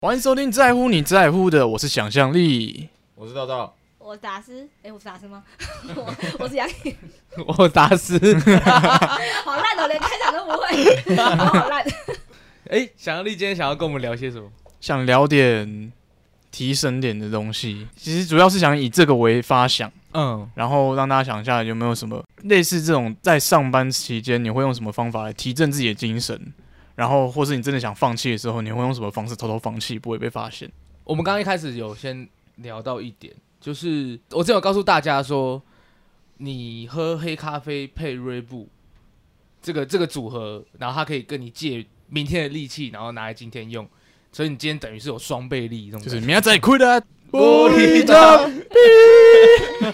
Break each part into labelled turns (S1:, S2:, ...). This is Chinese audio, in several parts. S1: 欢迎收听《在乎你在乎的》，我是想象 力，
S2: 我知道知道，
S3: 我是达斯，哎、我是达斯吗？ 我我是杨颖，
S4: 我打死。
S3: 好烂哦，连开场都不 会，我好烂。
S4: 哎、想要力今天想要跟我们聊些什么？
S1: 想聊点提神点的东西。其实主要是想以这个为发想，
S4: 嗯，
S1: 然后让大家想一下有没有什么类似这种在上班期间你会用什么方法来提振自己的精神，然后或是你真的想放弃的时候，你会用什么方式偷偷放弃，不会被发 现。
S4: 我们刚刚一开始有先聊到一点，就是我之前有告诉大家说，你喝黑咖啡配瑞布这个这个组合，然后它可以跟你借明天的力气，然后拿来今天用，所以你今天等于是有双倍力这种
S1: 就
S4: 感觉。
S1: 是明仔亏 的
S4: 玻璃
S1: 的，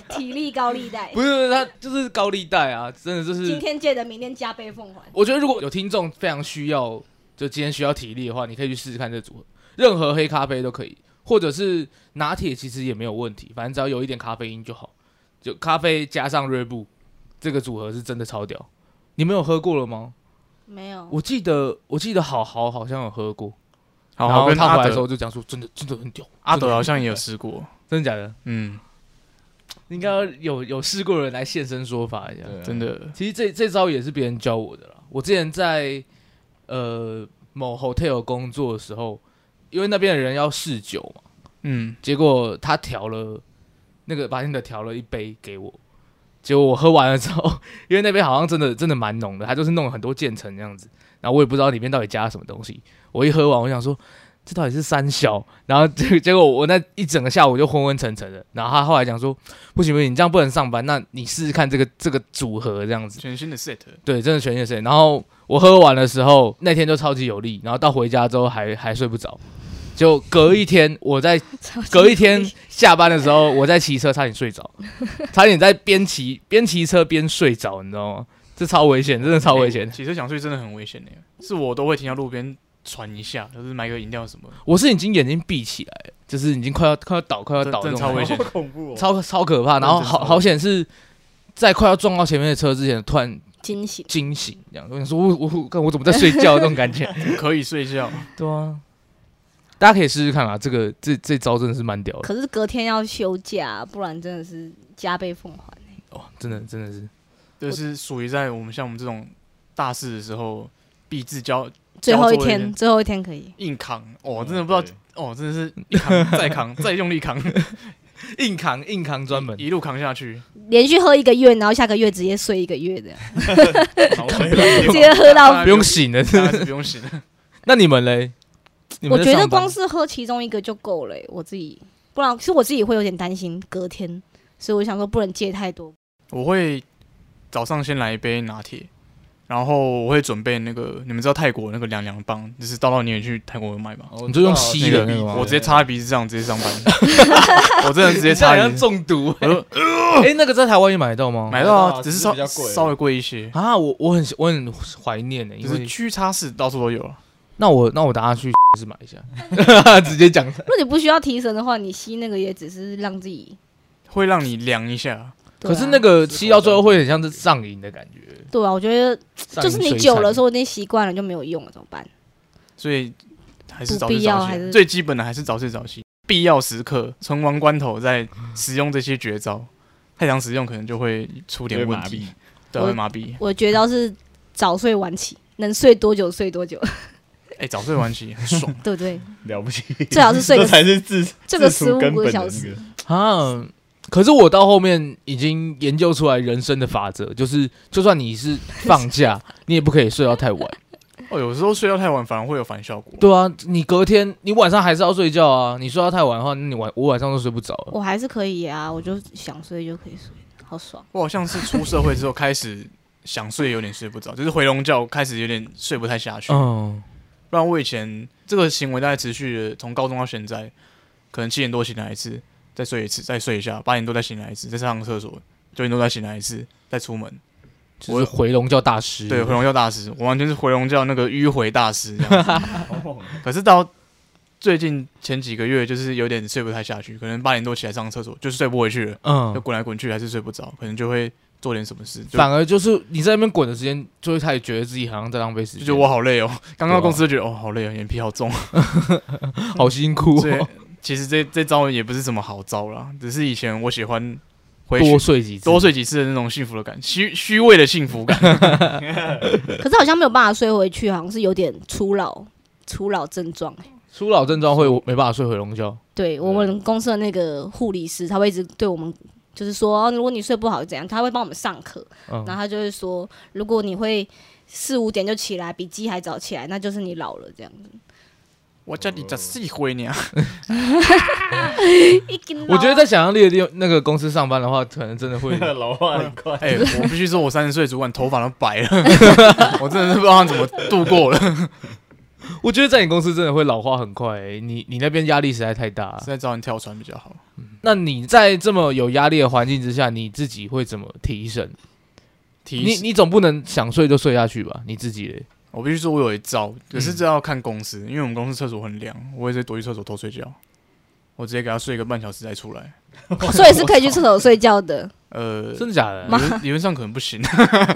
S3: 体力高利贷，
S4: 不是不是，它就是高利贷啊，真的就
S3: 今
S4: 是。
S3: 天借的，明天加倍奉还。
S4: 我觉得如果有听众非常需要，就今天需要体力的话，你可以去试试看这组合，任何黑咖啡都可以，或者是拿铁其实也没有问题，反正只要有一点咖啡因就好。就咖啡加上瑞布，这个组合是真的超屌。你们有喝过了吗？
S3: 没有，
S4: 我记得我记得好好好像有喝过，
S1: 好
S4: 然
S1: 好
S4: 后
S1: 跟
S4: 他
S1: 阿
S4: 回来的时
S1: 德，
S4: 候就讲说真的真的很屌，
S1: 阿德好像也有试过，
S4: 真的假的？
S1: 嗯，
S4: 应该有有试过的人来现身说法一下。
S2: 对啊
S1: 真的，
S4: 其实这这招也是别人教我的啦。我之前在呃某 hotel 工作的时候，因为那边的人要试酒嘛，
S1: 嗯，
S4: 结果他调了那个把 a 的调了一杯给我，结果我喝完了之后， 因为那边好像真的真的蛮浓的，他就是弄了很多渐层这样子，然后我也不知道里面到底加了什么东西。我一喝完，我想说这到底是三小，然后 结结果我那一整个下午就昏昏沉沉的。然后他后来讲说不行不行，你这样不能上班，那你试试看这个这个组合这样子。
S1: 全新的 set，
S4: 对，真的全夜睡。然后我喝完的时候，那天就超级有力，然后到回家之后还还睡不着。就隔一天，我在
S3: 超级
S4: 隔一天
S3: 无力
S4: 下班的时候，我在骑车，差点睡着，差点在边骑边骑车边睡着，你知道吗？这超危险，真的超危险
S1: 欸。骑车想睡真的很危险的，是我都会停到路边喘一下，就是买个饮料什么，
S4: 我是已经眼睛闭起来了，就是已经快要快要倒，快要倒这
S1: 真的
S4: 种
S1: 超
S4: 感觉，
S1: 危险
S2: 好恐怖哦！
S4: 超超可怕。然后好好险是在快要撞到前面的车之前，突然
S3: 惊喜，
S4: 惊醒，这样我想说我我看我怎么在睡觉这种感觉。
S1: 可以睡觉。
S4: 对啊，大家可以试试看啊，这个这这招真的是蛮屌的，
S3: 可是隔天要休假，不然真的是加倍奉还。
S4: 哦真的真的是
S1: 就是属于在我们像我们这种大事的时候，必自交
S3: 最后一
S1: 交作业
S3: 天，最后一天可以。
S1: 硬扛。哦，
S2: 嗯
S1: 真的不知道，
S2: 对
S1: 哦，真的是一扛 再扛，再用力扛，
S4: 硬扛硬扛专门。
S1: 一路扛下去。
S3: 连续喝一个月，然后下个月直接睡一个月的，
S2: 好 累哦
S3: 直接喝 到。
S4: 不用醒 了，
S1: 大家是不用醒。
S4: 那你们嘞？你们
S3: 我觉
S4: 在
S3: 得
S4: 上班
S3: 光 是喝其中一个就够了、我自己不然，其实我自己会有点担心隔天，所以我想说不能借太多。
S1: 我会早上先来一杯拿铁，然后我会准备那个，你们知道泰国那个凉凉棒，就是到到你也去泰国买嘛。
S2: 哦我
S4: 你就用
S2: 知道
S4: 吸
S1: 的
S2: 这个
S4: 那个吗
S1: 我直接插在鼻子上，直接上班。我真的直接
S4: 你这样
S1: 插
S4: 好
S1: 鼻
S4: 像
S1: 子。
S4: 中毒
S1: 我说
S4: 哎，那个在台湾也买得到吗？
S1: 买到啊，
S2: 只
S1: 只是
S2: 是
S1: 稍
S2: 比较贵
S1: 稍微贵一些，
S4: 啊，我我很我很怀念呢，
S1: 就
S4: 因
S1: 是
S4: 为
S1: 区叉式到处都有啊。
S4: 那我那我等下 去是买一下，直接讲。
S3: 如果你不需要提神的话，你吸那个也只是让自己。
S1: 会让你凉一下，
S3: 对啊
S4: 可是那个吸到最后会很像是上瘾的感觉，
S3: 对啊，我觉得就是你久了，说不定习惯了就没有用了，怎么办？
S1: 所以还是
S3: 不
S1: 早睡
S3: 必要
S1: 早起
S3: 还
S1: 啊。
S3: 是
S1: 最基本的还是早睡早起，必要时刻存亡关头再使用这些绝招，太常使用可能就会出点问题，对啊，
S3: 我
S1: 会麻痹。
S3: 我觉得是早睡晚起，能睡多久睡多久，
S1: 哎，早睡晚起很爽，
S3: 对不 对？
S2: 了不起，
S3: 最好是睡
S2: 这
S3: 个
S2: 才是自
S3: 这个
S2: 自
S3: 十
S2: 除
S3: 五
S2: 根
S3: 个
S2: 本的
S3: 小
S2: 那
S3: 时，
S2: 个
S4: 啊，可是我到后面已经研究出来人生的法则，就是就算你是 放假，你也不可以睡到太晚。
S1: 哦，有时候睡到太晚反而会有反效果。
S4: 对啊，你隔天你晚上还是要睡觉啊。你睡到太晚的话，那你晚我晚上都睡不着了。
S3: 我还是可以啊，我就想睡就可以睡，好爽。
S1: 我好像是出社会之后开始想睡，有点睡不着，就是回笼觉开始有点睡不太下去。
S4: 嗯，
S1: 不然我以前这个行为大概持续了从高中到现在，可能七点多醒来一次，再睡一次，再睡一下，八点多再醒来一次，再上个厕所，九点多再醒来一次，再出门。
S4: 我回笼觉大师。
S1: 对，回笼觉大师，我完全是回笼觉那个迂回大师这样 子。
S2: 好猛哦
S1: 可是到最近前几个月，就是有点睡不太下去，可能八点多起来上厕所，就是睡不回去了，就
S4: 嗯，
S1: 滚来滚去还是睡不着，可能就会做点什么事，就
S4: 反而就是你在那边滚的时间，就会开始觉得自己好像在浪费时
S1: 就
S4: 间，
S1: 觉得我好累哦。刚刚
S4: 对啊
S1: 公司就觉得哦好累哦，眼皮好重。
S4: 好辛苦、
S1: 所以
S4: 哦，
S1: 其实这这招也不是什么好招啦，只是以前我喜欢回去
S4: 多睡几次，
S1: 多睡几次的那种幸福的感，虚虚伪的幸福感。
S3: 可是好像没有办法睡回去，好像是有点初老初老症状、欸。
S4: 初老症状会我没办法睡回笼觉，
S3: 对我们公司的那个护理师，他会一直对我们。就是说、哦如果你睡不好怎样，他会帮我们上课，
S4: 嗯
S3: 然后他就会说，如果你会四五点就起来，比鸡还早起来，那就是你老了这样子。
S1: 我叫你啊咋细回呢？
S4: 我觉得在想象力的地方那个公司上班的话，可能真的 会
S2: 老化很快。
S1: 哎、我必须说，我三十岁主管头发都白了， 我真的是不知道他怎么度过了。
S4: 我觉得在你公司真的会老化很快、欸你你那边压力实在太大、
S1: 是在找人跳船比较好。
S4: 那你在这么有压力的环境之下，你自己会怎么提升？
S1: 提
S4: 你你总不能想睡就睡下去吧？你自己嘞
S1: 我必须说，我有一招，可
S4: 嗯
S1: 是这要看公司，因为我们公司厕所很凉，我也是躲去厕所偷睡觉，我直接给他睡一个半小时再出来。
S3: 所以是可以去厕所睡觉的。
S1: 呃，
S4: 真的假的？
S1: 理论理论上可能不行，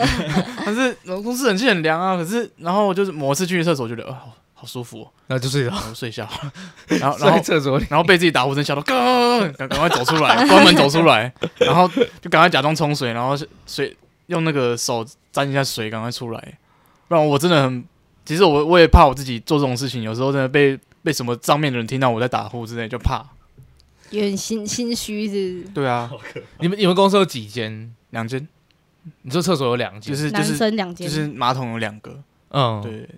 S1: 但是公司冷气很凉啊。可是然后就是某次去厕所，觉得哦好好舒服、哦，
S4: 那就睡 着，
S1: 然后睡一下好了， 然后
S4: 睡
S1: 然
S4: 在
S1: 后
S4: 厕所里。
S1: 然后被自己打呼声吓到，赶赶赶快走出来， 关门走出来，然后就赶快假装冲水，然后水用那个手沾一下水，赶快出来，不然我真的很，其实我我也怕我自己做这种事情，有时候真的被被什么上面的人听到我在打呼之类，就怕。
S3: 有点心心虚是
S1: 对啊，
S4: 你们你们公司有几间？
S1: 两间
S4: 你说厕所有两间，
S1: 就是就
S3: 男
S1: 是
S3: 生两间，
S1: 就是马桶有两个，
S4: 嗯，，
S1: 对，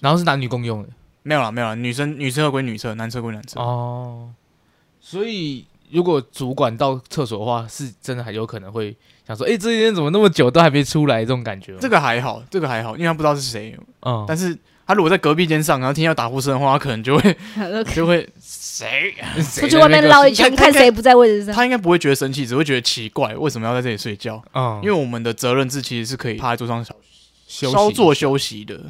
S4: 然后是男女共用的
S1: 没有啦没有啦，女生女厕归女厕，男厕归男厕。
S4: 哦。所以如果主管到厕所的话，是真的还有可能会想说，哎、这一天怎么那么久都还没出来？这种感觉吗，
S1: 这个还好，这个还好，因为他不知道是谁。
S4: 嗯，
S1: 但是他如果在隔壁间上，然后听到打呼声的话，他可能就会 就会
S3: 出去外面绕一圈，
S1: 看
S3: 看谁不在位置上。
S1: 他应该不会觉得生气，只会觉得奇怪，为什么要在这里睡觉？
S4: 嗯，
S1: 因为我们的责任制其实是可以趴在桌上小
S4: 休息
S1: 稍作休息的，哦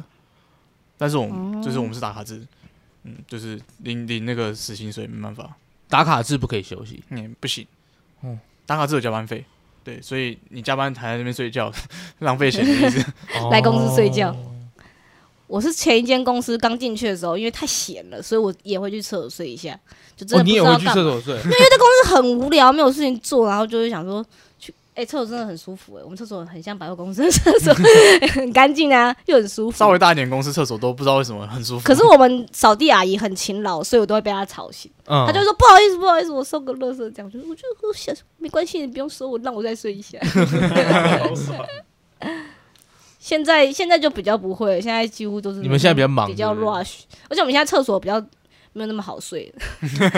S1: 但是我们、就是我们是打卡制，嗯，就是领领那个死薪水没办法，
S4: 打卡制不可以休息，
S1: 嗯，不行，
S4: 嗯
S1: 打卡制有加班费，对，所以你加班还在那边睡觉， 浪费钱的意思。
S4: 哦
S3: 来公司睡觉我是前一间公司刚进去的时候，因为太闲了，所以我也会去厕所睡一下，就真的
S4: 哦，
S3: 不
S4: 你
S3: 知
S4: 也
S3: 道
S4: 会去
S3: 干嘛。
S4: 厕所睡？
S3: 就是很无聊，没有事情做，然后就会想说去，哎、厕所真的很舒服哎、我们厕所很像百货公司的厕 所，很干净啊，又很舒服。
S1: 稍微大一点公司厕所都不知道为什么很舒服，
S3: 可是我们扫地阿姨很勤劳，所以我都会被她吵醒。
S4: 嗯，
S3: 她就会说不好意思，不好意思，我收个垃圾这样。我就我就我想没关系，你不用收，我让我再睡一下。
S2: 好爽
S3: 现在现在就比较不会，现在几乎都是
S4: 你们现在比较忙
S3: 比较
S4: 对不对
S3: rush，而且我们现在厕所比较没有那么好睡，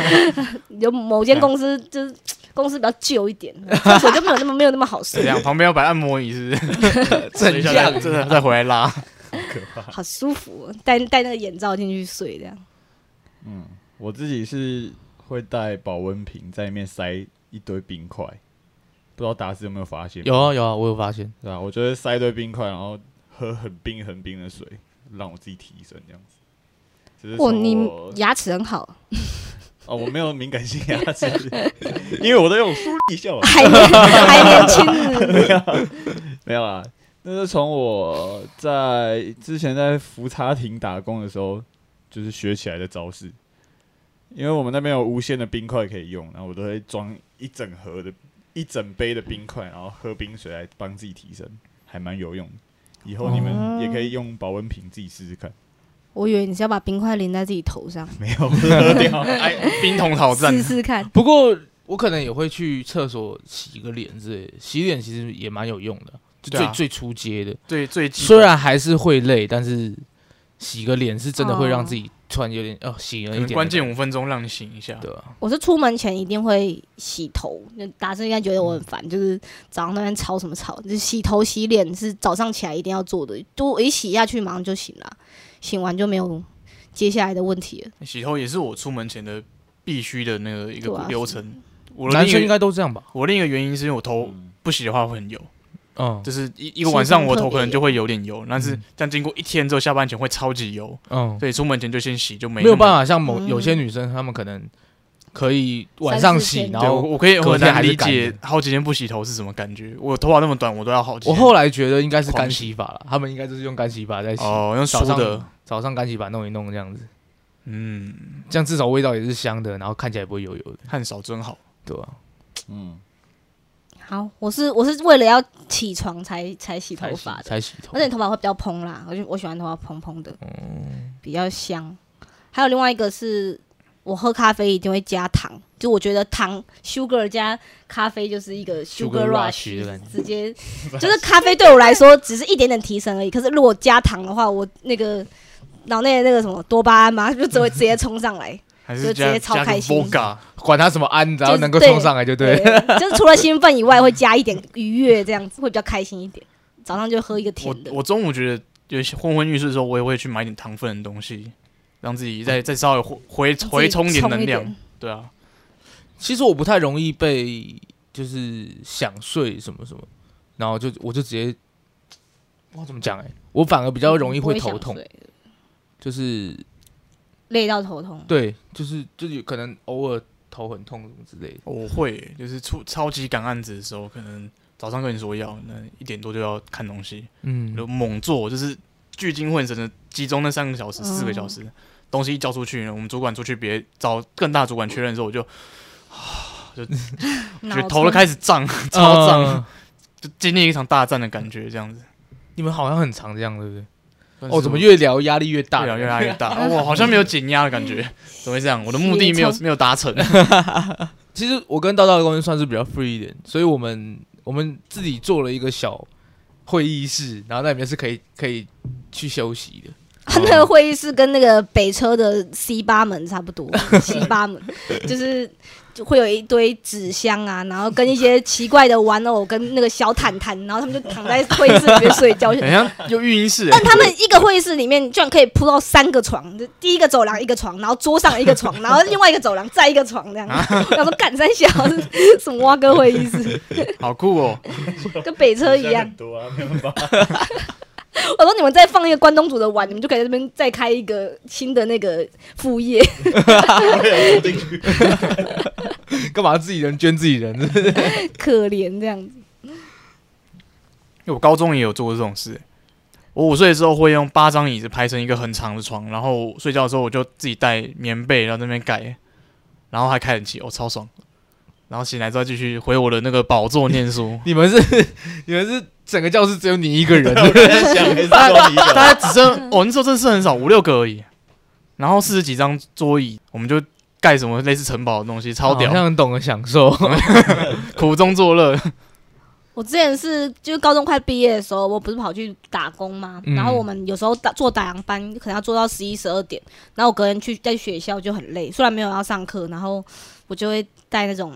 S3: 有某间公司就是公司比较旧一点，厕所就没有那么没有那么好
S1: 是这
S4: 啊
S3: 睡，
S1: 样，旁边要摆按摩椅 是不是？睡一下再
S4: 正向
S1: 再再回来拉。
S3: 好舒服，戴戴那个眼罩进去睡这样。
S2: 我自己是会带保温瓶，在里面塞一堆冰块，不知道达斯有没有发现？
S4: 有，啊有啊，我有发现，
S2: 对啊，我觉得塞一堆冰块，然后喝很冰很冰的水，让我自己提神这样子。只是
S3: 哇，
S2: 从
S3: 你
S2: 我
S3: 牙齿很好，
S2: 哦，我没有敏感性牙齿， 因为我都用舒力笑。啊
S3: 还年 还年轻呢，
S2: 没有啦，那是从我在之前在福差亭打工的时候，就是学起来的招式。因为我们那边有无限的冰块可以用，然后我都会装一整盒的、一整杯的冰块，然后喝冰水来帮自己提神，还蛮有用的。以后你们也可以用保温瓶自己试试看，
S3: 我以为你是要把冰块淋在自己头上
S2: 没有喝掉。
S1: 哎，冰桶挑战
S3: 试，试看。
S4: 不过我可能也会去厕所洗个脸之类的，洗脸其实也蛮有用的，就最、
S1: 对啊
S4: 最初阶的。
S1: 最最基本
S4: 虽然还是会累，但是洗个脸是真的会让自己突然有点哦醒了
S1: 可
S4: 一
S1: 能
S4: 点的感觉。
S1: 关键五分钟让你醒一下。
S4: 对啊，
S3: 我是出门前一定会洗头，那达生应该觉得我很烦，就是早上那边吵什么吵，就是洗头洗脸是早上起来一定要做的，就我一洗下去马上就醒了，醒完就没有接下来的问题了。
S1: 洗头也是我出门前的必须的那个一
S3: 对
S1: 个
S3: 啊
S1: 流程。我的
S4: 男
S1: 另
S4: 生
S1: 一
S4: 应
S1: 个
S4: 该都这样吧？
S1: 我另一个原因是因为我头
S2: 嗯
S1: 不洗的话会很油，
S4: 嗯
S1: 就是一一个晚上我头可能就会有点油，但是
S4: 嗯
S1: 但经过一天之后下班前会超级油，
S4: 嗯，
S1: 所以出门前就先洗就没
S4: 没有办
S1: 法。
S4: 法像某
S3: 嗯
S4: 有些女生，她们可能可以晚上
S3: 30
S4: 洗，
S3: 天
S4: 然
S1: 对，我
S4: 后
S1: 我可以
S4: 隔
S1: 很
S4: 天
S1: 难
S4: 还是
S1: 理
S4: 干的
S1: 解好几天不洗头是什么感觉。我头发那么短，我都要好几
S4: 我
S1: 天。
S4: 后来觉得应该是干
S1: 狂
S4: 洗法了，他们应该就是用干洗法在洗，
S1: 哦，用
S4: 早
S1: 梳
S4: 上
S1: 的，
S4: 早上干洗法弄一弄这样子，
S1: 嗯，
S4: 这样至少味道也是香的，然后看起来也不会油油的，
S1: 汗少真好。
S4: 对啊吧、
S2: 嗯，
S3: 好，我是我是为了要起床才才洗
S4: 才
S3: 头
S4: 洗
S3: 发的，
S4: 才洗头
S3: 而且，你头发会比较蓬啦，我就我喜欢头发蓬蓬的，
S1: 嗯
S3: 比较香。还有另外一个是我喝咖啡一定会加糖，就我觉得糖 sugar 加咖啡就是一个
S4: Sugar
S3: sugar
S4: rush 的感觉
S3: 直接就是咖啡对我来说只是一点点提神而已，可是如果加糖的话，我那个脑内的那个什么多巴胺嘛，就只会直接冲上来。
S1: 还
S3: 就是直
S1: 加
S3: 接超
S1: 加个
S3: 开心
S1: Vodka，
S4: 管他什么安，只要
S3: 就是
S4: 能够
S3: 对
S4: 冲上来就对了。
S3: 对，就是除了兴奋以外，会加一点愉悦，这样子会比较开心一点。早上就喝一个
S1: 我
S3: 甜的，
S1: 我中午觉得有些昏昏欲睡的时候，我也会去买点糖分的东西，让自己再再稍微回回
S3: 自己
S1: 回充点
S3: 冲
S1: 能
S3: 一点
S1: 量。对啊，
S4: 其实我不太容易被就是想睡什么什么，然后就我就直接，我怎么讲哎、我反而比
S3: 比
S4: 较容易会头痛，，就是
S3: 累到头痛。
S4: 对，就是就是有可能偶尔头很痛什么之类的。
S1: 我会就是出超级赶案子的时候，可能早上跟你说要，那一点多就要看东西，
S4: 嗯
S1: 就猛做，就是聚精会神的集中那三个小时、四个小
S3: 哦
S1: 时，东西一交出去，我们主管出去别找更大主管确认的时候，我就觉得头都开
S3: 始
S1: 始胀，超胀，
S4: 嗯
S1: 就经历一场大战的感觉，这样子。
S4: 你们好像很常这样，对不对？
S1: 算
S4: 哦，
S1: 是
S4: 怎么越聊压力越大？
S1: 越聊越来越 大？我好像没有减压的感觉，怎么会这样？我的目的没有
S3: 斜
S1: 没有达 成。
S4: 其实我跟道道的公司算是比较 free 一点，所以我们我们自己做了一个小会议室，然后那里面是可以可以去休息的。
S3: 那
S1: 哦
S3: 个会议室跟那个北车的 C 八门差 不多，C 八门就是就会有一堆纸箱啊，然后跟一些奇怪的玩偶跟那个小毯毯，然后他们就躺在会议室里面睡 觉。
S1: 等一 下又育婴室欸，
S3: 但他们一个会议室里面居然可以铺到三个床，就第一个走廊一个床，然后桌上一 个床，然后另外一个走廊再一个床这样。我想说干三小是什么蛙哥会议室，
S1: 好酷哦！
S3: 跟北车一
S2: 现在
S3: 样
S2: 很。多啊，没办法，
S3: 我说你们再放一个关东煮的碗，你们就可以在这边再开一个新的那个副业。
S2: 我也不进去。
S4: 干嘛自己人捐自己人？
S3: 可怜这样子。
S1: 因为我高中也有做过这种事欸。我五岁的时候会用八张椅子排成一个很长的床，然后睡觉的时候我就自己带棉被，然后在那边盖，然后还开冷气，哦，超爽。然后醒来之后继续回我的那个宝座念
S4: ，
S1: 书
S4: 你们是你们是整个教室只有你一个人，
S2: 我在想，还是说你
S1: 大概只剩哦那时候真的是很少，五六个而已。然后四十几张桌椅，我们就盖什么类似城堡的东西，超
S4: 好
S1: 屌，
S4: 像懂得享 受。
S1: 苦中作乐。
S3: 我之前是就是高中快毕业的时候，我不是跑去打工吗？
S4: 嗯
S3: 然后我们有时候打做打烊班，可能要做到十一十二点，然后我隔天去在学校就很累，虽然没有要上课，然后我就会带那种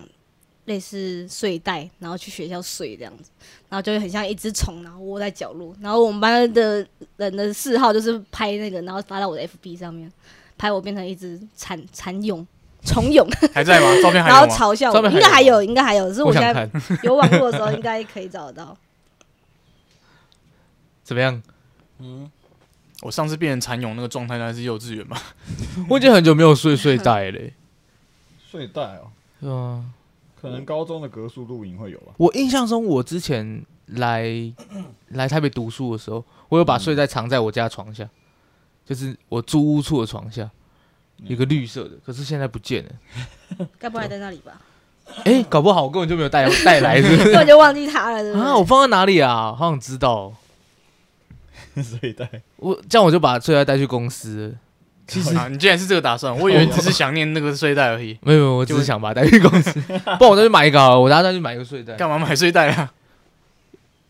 S3: 类似睡袋，然后去学校睡这样子，然后就会很像一只虫，然后窝在角落。然后我们班的人的嗜好就是拍那个，然后发到我的 FB 上面，拍我变成一只蚕蚕蛹。虫 蛹，
S1: 还在吗？照片还
S3: 然后
S1: 有吗？
S3: 嘲笑
S4: 照
S3: 我，
S4: 啊片还
S3: 应该还
S4: 有吗
S3: 有，应该还有，只是我现
S4: 想
S3: 在
S4: 看
S3: 有网络的时候应该可以找得到。
S4: 怎么样？
S2: 嗯
S1: 我上次变成蚕蛹那个状态，大概是幼稚园吧。
S4: 我已经很久没有睡睡袋欸嘞。
S2: 睡袋哦，
S4: 对啊，
S2: 可
S3: 嗯
S2: 能高中的格数露营会有吧。
S4: 我印象中我之前来 来台北读书的时候，我有把睡袋藏在我家床下，就是我租屋处的床下，一个绿色的，可是现在不见了。
S3: 该不会还在那里吧？
S4: 哎、搞不好我根本就没有带 带来是不 是
S3: 根本就忘记他了，对不对？
S4: 啊，我放在哪里啊？好想知道哦、
S2: 睡袋，
S4: 我这样我就把睡袋带去公司了。
S1: 其实、啊、你竟然是这个打算，我以为只是想念那个睡袋而 已。
S4: 没有没有，我只是想把它带去公司，不然我再去买一个好了，我等下再去买一个睡袋。
S1: 干嘛买睡袋啊？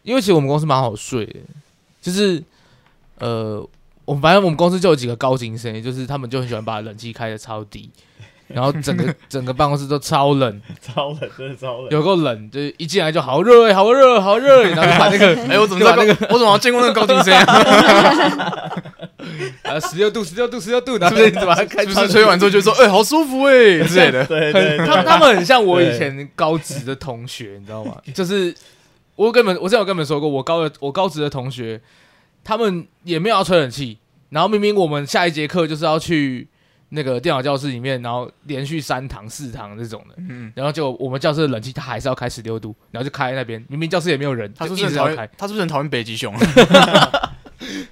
S4: 因为其实我们公司蛮好睡的，就是呃，我们反正我们公司就有几个高精生，也就是他们就很喜欢把冷气开的超 低，然后整个整个办公室都超冷，
S2: 超冷，真的超冷。
S4: 有够冷，就是一进来就好热欸，好热，好热欸，然后就把那个
S1: 哎、我怎么知道
S4: 就把啊那
S1: 个？我怎么好像见过那个高中生啊？
S4: 呃十六度十六度十六度，然后就一直把它开
S1: 是不
S4: 超
S1: 是
S4: 冷
S1: 吹完之后就说，哎、好舒服哎、之类的。
S2: 对啊
S4: 很，
S2: 对对，
S4: 他他们很像我以前高职的同学，你知道吗？就是我跟你们，我之前有跟你们说过，我高的我高职的同学，他们也没有要吹冷气，然后明明我们下一节课就是要去那个电脑教室里面，然后连续三堂四堂这种的，
S1: 嗯，
S4: 然后就我们教室的冷气它还是要开十六度，然后就开那边，明明教室也没有人，
S1: 他是
S4: 就
S1: 不
S4: 一
S1: 是很
S4: 直
S1: 讨
S4: 要开
S1: 厌？？他是不是很讨厌北极熊？啊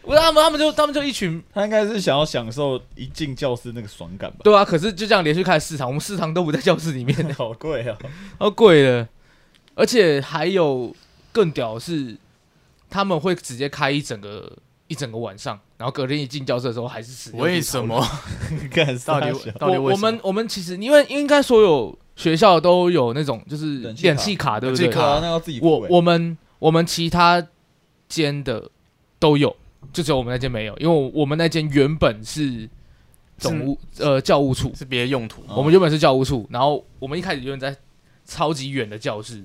S4: 不是他们，他们就他们就一群
S2: 他应该是想要享受一进教室那个爽感吧？
S4: 对啊，可是就这样连续开了四堂，我们四堂都不在教室里面，
S2: 好贵 啊！
S4: 好哦贵了。而且还有更屌的是，他们会直接开一整个一整个晚上，然后隔天一进教室的时候还是十六度
S1: 为什么？
S2: 干
S1: 到底
S2: 啥小
S1: 到底为
S4: 我我
S1: 什么
S4: 们我们其实因为应该所有学校都有那种就是
S2: 冷气卡
S4: 电器卡，对不对？
S1: 冷气
S2: 对啊，那要自己付
S4: 我
S2: 欸
S4: 我们我们其他间的都有，就只有我们那间没有，因为我我们那间原本是总务呃教务处，
S1: 是别的用途？
S2: 哦
S4: 我们原本是教务处，然后我们一开始原本在超级远的教室，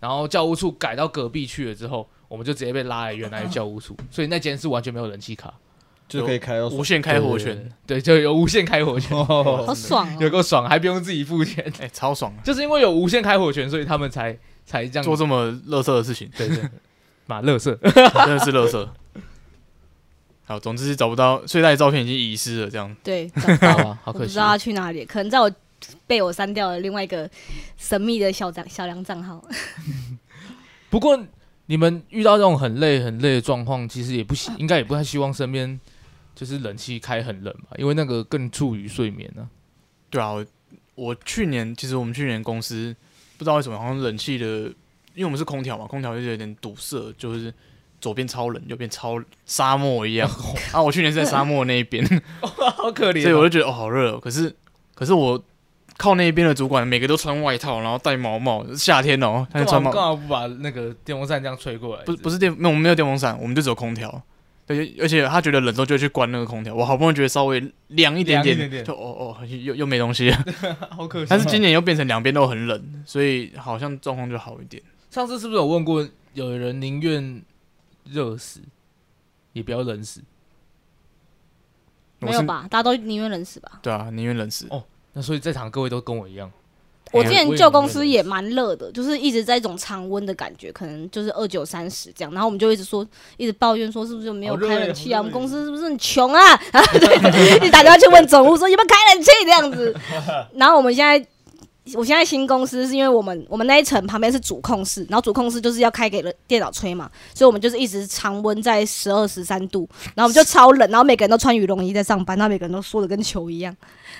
S4: 然后教务处改到隔壁去了之后，我们就直接被拉来原来的教务处，所以那间是完全没有人气卡，
S2: 就可以开到爽
S1: 无限开火权，
S4: 对，对对对就有无限开火权，
S2: 哦
S3: 好爽
S4: 有
S3: 哦！
S4: 够爽，还不用自己付钱，
S1: 哎、超爽的，
S4: 就是因为有无限开火权，所以他们才才这样
S1: 做这么乐色的事情，
S4: 对对，对马乐色，
S1: 真的是乐色。好，总之是找不到，所以他的照片已经遗失了，这样。
S3: 对，找不
S4: 好
S3: 到，
S4: 吧，好
S3: 我不
S4: 可
S3: 知
S4: 惜
S3: 道。他去哪里，可能在我被我删掉了另外一个神秘的小账小梁账号。
S4: 不过你们遇到这种很累很累的状况，其实也不希，应该也不太希望身边就是冷气开很冷吧，因为那个更助于睡眠呢、
S1: 对啊，我我去年其实我们去年公司不知道为什么，好像冷气的，因为我们是空调嘛，空调就是有点堵塞，就是左边超冷，右边超沙漠一样。
S4: 哦
S1: 啊，我去年是在沙漠那一 边，
S4: 好可怜啊
S1: 所以我就觉得哦好热、哦。可是可是我靠那一边的主管，每个都穿外套，然后戴毛帽，夏天哦，他就穿毛
S4: 干嘛干嘛不把那个电风扇这样吹过来？
S1: 不不
S4: 是，
S1: 是电，没有我们没有电风扇，我们就只有空调。对，而且他觉得冷之后就会去关那个空调。我好不容易觉得稍微凉一点
S4: 凉一点点
S1: 就哦哦，又又没东西了。
S4: 好 可惜。啊
S1: 但是今年又变成两边都很冷，所以好像状况就好一点。
S4: 上次是不是有问过，有人宁愿热死，也不要冷死？
S1: 我
S3: 没有
S1: 是
S3: 吧？大家都宁愿冷死吧？
S1: 对啊，宁愿冷死。
S4: 哦那所以在场各位都跟我一样，
S3: 我之前
S4: 我也
S3: 旧
S4: 宁愿
S3: 公司也蛮热的，就是一直在一种常温的感觉，可能就是二九三十这样。然后我们就一直说，一直抱怨说是不是没有
S2: 好热
S3: 开
S2: 欸
S3: 冷气啊？我
S2: 好热欸
S3: 们公司是不是很穷啊？然后对， 一直打电话去问总务说有没有开冷气这样子。然后我们现在。我现在新公司是因为我们我们那一层旁边是主控室，然后主控室就是要开给了电脑吹嘛，所以我们就是一直常温在十二十三度，然后我们就超冷，然后每个人都穿羽绒衣在上班，然后每个人都缩的跟球一样。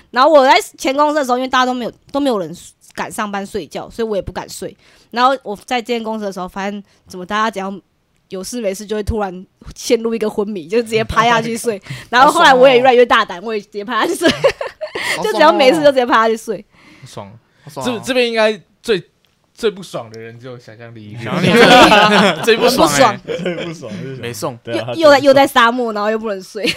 S3: 然后我在前公司的时候，因为大家都没有都没有人敢上班睡觉，所以我也不敢睡。然后我在这间公司的时候，发现怎么大家只要有事没事就会突然陷入一个昏迷，就直接趴下去睡。然后后来我也越来越大胆，我也直接趴下去睡，就只要没事就直接趴下去睡。
S4: 爽了。
S1: 就
S4: 哦这这边应该最最不爽的人只有想象力，
S1: 想你 这这不爽
S3: 不爽
S1: 欸，
S2: 对不爽就是
S1: 没
S2: 爽
S1: 送。
S2: 对啊
S3: 又又在又在沙漠，然后又不能睡，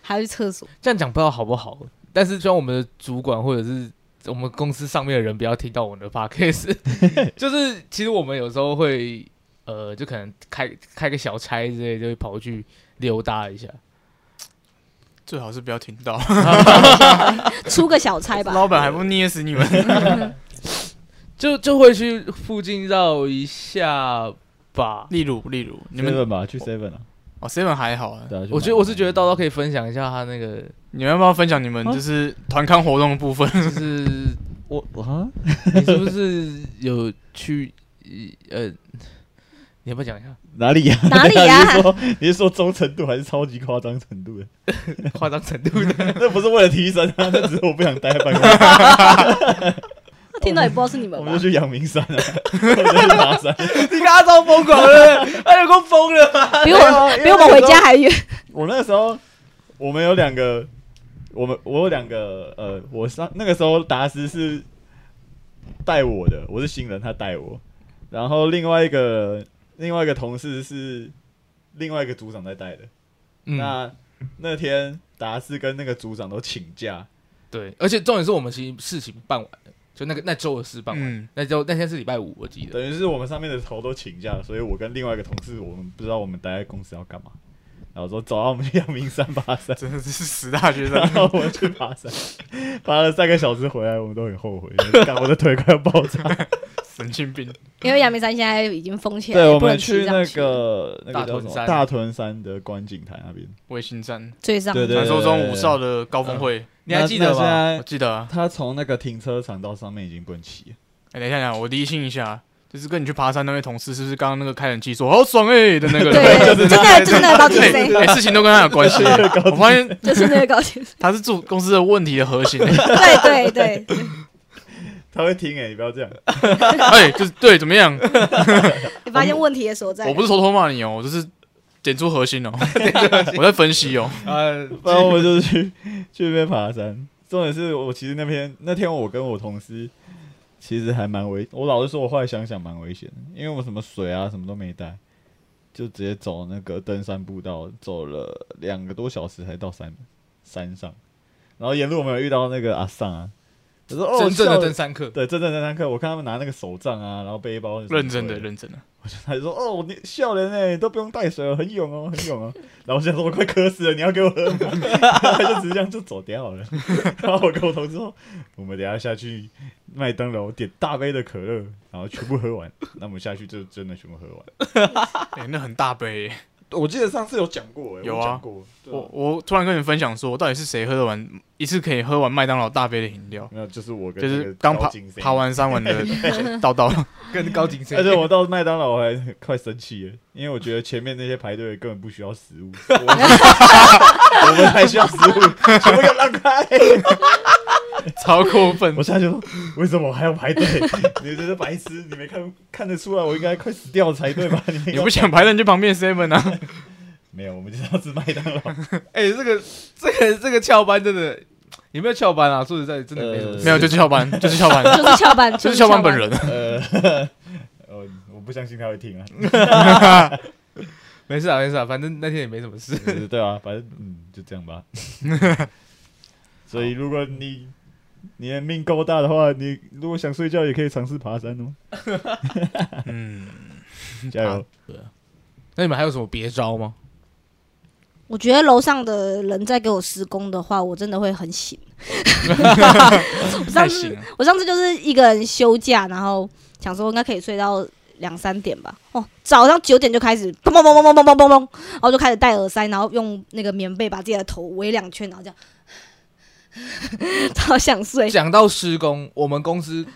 S3: 还要去厕所。
S4: 这样讲不知道好不好，但是希望我们的主管或者是我们公司上面的人不要听到我们的 podcast，就是 其实我们有时候会呃，就可能开开个小差之类，就会跑去溜达一下。
S1: 最好是不要听到，
S3: 出个小差吧。
S1: 老板还不捏死你们。
S4: 就就会去附近绕一下吧。
S1: 例如，例如你
S2: 你
S1: 们
S2: 们吧，去 seven 啊，
S1: 哦，seven 还好啊。
S2: 对啊，去
S4: 我觉得
S2: 买
S4: 我是觉得叨叨可以分享一下他那个，
S1: 你们要不要分享你们
S4: 哦
S1: 就是团康活动的部分？
S4: 就是我
S2: 啊，
S4: 你是不是有去呃，你要不要讲一下？
S2: 哪里呀？啊
S3: 哪里啊呀
S2: 你是说你是说忠诚度还是超级夸张程度的？
S4: 夸张程度的，
S2: 那不是为了提升啊，那只是我不想待在办公室，
S3: 听到也不知道是你们
S2: 我
S3: 吧
S2: 们就？去阳明山啊， 我们就去爬山。
S4: 你看他超疯狂 的，他有够哎疯了吧？
S3: 比我比我们回家还远。
S2: 我那个时候，我们有两个，我们我有两个，呃，我上那个时候达斯是带我的，我是新人，他带我，然后另外一个另外一个同事是另外一个组长在带的。
S4: 嗯，
S2: 那那天达斯跟那个组长都请假，
S4: 对，而且重点是我们其实事情办完了，就那个那周的事办完，
S1: 嗯，
S4: 那周那天是礼拜五，我记得。
S2: 等于是我们上面的头都请假，所以我跟另外一个同事，我们不知道我们待在公司要干嘛。然后说走啊，我们去阳明山爬山，
S1: 真的是死大学生
S2: 然。后我去爬山，爬了三个小时回来，我们都很后悔，干我的腿快要爆炸。
S1: 神经 病，
S3: 因为阳明山现在已经封起来，
S2: 对，我
S3: 不能
S2: 们
S3: 骑
S2: 去
S3: 上
S2: 那个那个叫
S4: 大屯
S2: 什么
S4: 山
S2: 大屯山的观景台那边，
S1: 卫星站，
S3: 最上
S2: 对对
S1: 传
S2: 对
S1: 说中五少的高峰会，
S4: 你还记得
S2: 那现
S4: 吗？
S1: 我
S2: 在
S1: 记得、啊。
S2: 他从那个停车场到上面已经不能骑了，
S1: 哎、等一下，等一下，我厘清一下，啊就是跟你去爬山那位同事，是不是刚刚那个开冷气说好爽哎、的那个人？
S3: 对，
S2: 就
S3: 就是是
S2: 他
S3: 那个就是那个高级
S1: 对
S3: 生，
S1: 哎、事情都跟他有关 系。我发现
S3: 就是那个高 级生，
S1: 他是住公司的问题的核心。欸
S3: 对对对，
S2: 他会听哎、你不要这样。
S1: 哎、就是对，怎么样？
S3: 你发现问题的所在。
S1: 我不是偷偷骂你哦，我就是点出核 心哦，我在分析哦。
S4: 呃，
S2: 然后我就去去那边爬山。重点是我其实那边那天我跟我同事其实还蛮危，我老实说，我后来想想蛮危险的，因为我什么水啊什么都没带，就直接走那个登山步道，走了两个多小时才到山山上。然后沿路我们有遇到那个阿桑啊，我说哦，
S4: 真正的
S2: 笑
S4: 登山客，
S2: 对真正的登山客，我看他们拿那个手杖啊，然后背包，
S1: 认真的，认真的。
S2: 他就说：“哦，你笑人哎，都不用带水了，很勇哦， 很勇哦。”然后我想说：“我快渴死了，你要给我喝吗？” 他就直接这样就走掉了。 然后我跟我同事说：“我们等一下下去麦当劳点大杯的可乐，然后全部喝完。那我们下去就真的全部喝完。
S1: 哎、那很大杯耶。”
S2: 我记得上次有讲过、欸，
S1: 有啊
S2: 我讲过，对啊
S1: 我我突然跟你分享说，到底是谁喝得完一次可以喝完麦当劳大杯的饮料？
S2: 没有，就是我跟
S1: 就
S2: 那个
S1: 是刚
S2: 高
S1: 爬
S2: 精神
S1: 爬，完山完的 道道。
S4: 跟高景生
S2: 而，且我到麦当劳我还很快生气了，因为我觉得前面那些排队的根本不需要 食物，我们我们才需要食物，全部给我让开。
S1: 超过分
S2: 我！现在就说，为什么我还要排队？ 你这是白痴！你没看看得出来，我应该快死掉了才对 吧？你没
S1: 你不想排队你去旁边 seven 啊？
S2: 没有，我们就是要吃麦当劳。
S4: 哎，这个这个这个翘班真的有没有翘班啊？说实在，真的没什么
S2: 呃
S4: 事。
S1: 没有，就是翘班，就是翘 班，
S3: 就是翘班，
S1: 就是是翘班本。人。
S2: 呃， 我我不相信他会听 啊。
S4: 没事啊，没事啊，反正那天也没什么事。
S2: 呃对啊，反正嗯，就这样 吧。所以，如果你你的命够大的话，你如果想睡觉，也可以尝试爬山 哦。
S1: 嗯，
S2: 加油！
S4: 那你们还有什么别招吗？
S3: 我觉得楼上的人在给我施工的话，我真的会很醒。
S1: 不
S3: 上
S1: 太
S3: 次
S1: 行啊。
S3: 我上次就是一个人休假，然后想说应该可以睡到两三点吧。哦，早上九点就开始砰砰砰砰砰砰砰砰砰，然后就开始戴耳塞，然后用那个棉被把自己的头围两圈，然后这样， 超想睡。
S4: 讲到施工，我们公司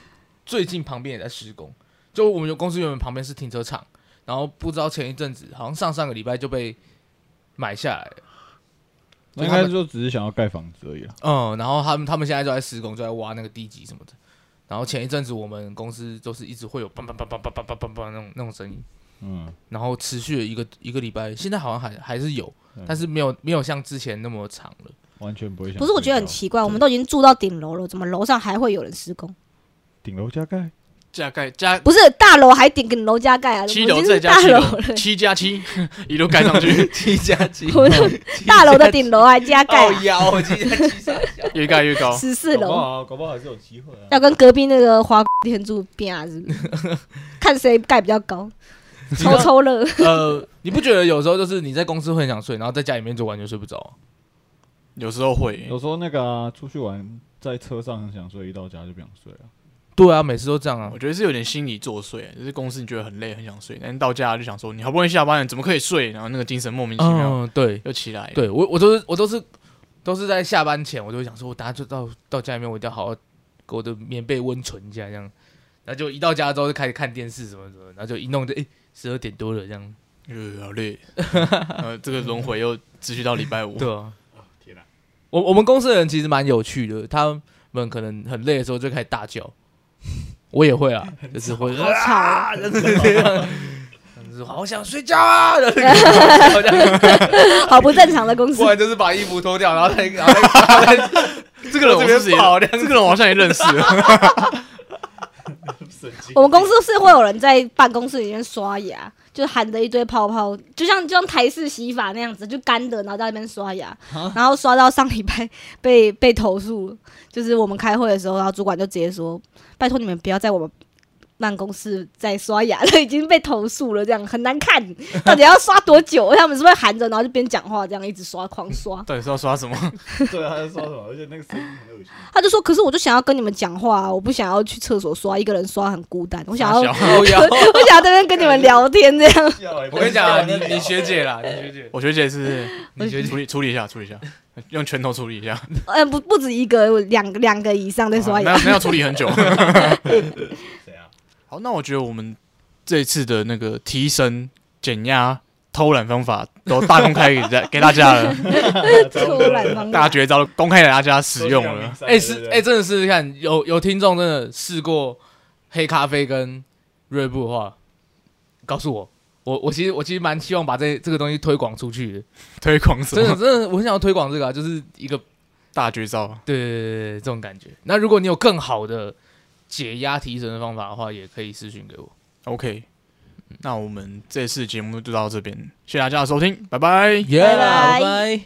S4: 最近旁边也在施工，就我们公司原本旁边是停车场，然后不知道前一阵子好像上上个礼拜就被买下来了，那应该
S2: 就只是想要盖房子而已啦。
S4: 嗯，然后他们他们现在就在施工，就在挖那个地基什么的。然后前一阵子我们公司就是一直会有梆梆梆梆梆梆梆梆梆那种那种声音，
S2: 嗯，
S4: 然后持续了一个一个礼拜，现在好像还还是有
S2: 嗯，
S4: 但是没有没有像之前那么长 了。
S2: 完全不会想
S3: 不是，我觉得很奇怪，我们都已经住到顶楼了，怎么楼上还会有人施工？
S2: 顶楼加盖。
S1: 加盖加
S3: 不是大楼还顶楼加盖啊，我们
S1: 七
S3: 已
S1: 楼
S3: 经是
S1: 再
S3: 大
S1: 加七
S3: 楼
S1: 楼，
S3: 了，
S1: 七加七一路盖上 去，
S4: 七加七
S3: 我们 大楼的顶楼还加盖、 啊，
S4: 腰，七加七三小。
S1: 越盖越高。
S3: 十四
S2: 搞不
S3: 楼
S2: 好啊，搞不好还是有机会啊。
S3: 要跟隔壁那个花天柱比啊，是不是？ 看谁盖比 较高， 抽抽乐。
S4: 呃， 你不觉得有时候就是你在公司会很想睡，然后在家里面就完全睡不着啊？
S1: 有时候会
S2: 有时候那个啊，出去玩在车上很想睡，一到家就不想睡了。
S4: 对啊，每次都这样啊
S1: 我。觉得是有点心理作祟，就是公司你觉得很累，很想睡，但是到家就想说，你好不容易下班了，怎么可以睡？然后那个精神莫名其妙
S4: 嗯，对，
S1: 又起来。，
S4: 对我我都是我都是都是在下班前，我就会想说，我等下就到到家里面，我一定要好好给我的棉被温存一下，这样。然后就一到家之后就开始看电视什么什么，然后就一弄就哎十二点多了这样。
S1: 呃，好累。呃，这个轮回又持续到礼拜五。
S4: 对啊，
S1: 哦
S2: 天哪！
S4: 我我们公司的人其实蛮有趣的，他们可能很累的时候就开始大叫， 我 也会啊，就是会
S3: 好吵啊
S4: 啊，就是 这样，就是好想睡 觉啊，然后就开始大叫
S3: 好不正常的公司
S4: 不。然就是把衣服脱掉，然后再然后再然后 再
S1: 这个人我是不是也
S4: 这边跑
S1: 这个人我好像也认识了。
S2: 神经
S3: 我们公司是会有人在办公室里面刷牙，就含着一堆泡泡，就像就像台式洗发那样子，就干的，然后在那边刷牙，然后刷到上礼拜被被投诉，就是我们开会的时候，然后主管就直接说：“拜托你们不要在我们办公室在刷牙了，已经被投诉了，这样很难看，到底要刷多久？他们是不是含着，然后就边讲话这样一直刷，狂刷？
S1: 到底是要刷什么？
S2: 对，啊他在说什么，而且那个声音很恶心。
S3: 他就说：“可是我就想要跟你们讲话、啊，我不想要去厕所刷，一个人刷很孤单，我想要，
S1: 傻
S3: 我
S1: 笑
S4: 哦呀，
S3: 想要在那边跟你们聊天这样。
S4: 我跟你 讲啊，你 你学姐啦，你学姐，
S1: 我学姐是
S4: 你学姐
S1: 处理处理一下，处理一下，用拳头处理一下。
S3: 嗯，不不止一个，我两个两个以上在刷
S1: 啊
S3: 牙。
S1: 那那要处理很久。
S2: 谁啊？
S1: 好，那我觉得我们这次的那个提升、减压、偷懒方法都大公开给大 给大家了，
S3: 偷懒方
S1: 大
S3: 法，
S1: 绝招公开给大家使用了。
S4: 哎是哎，真的试试看，有有听众真的试过黑咖啡跟锐步的话，告诉我。我我其实我其实蛮希望把这这个东西推广出去的，
S1: 推广什
S4: 真的
S1: 么
S4: 真的我很想要推广这个、啊，就是一个
S1: 大绝招？
S4: 对对对对，这种感觉。那如果你有更好的解压提神的方法的话，也可以私信给我。
S1: OK，那我们这次节目就到这边，谢谢大家的收听，拜拜。
S3: 拜拜
S4: 拜。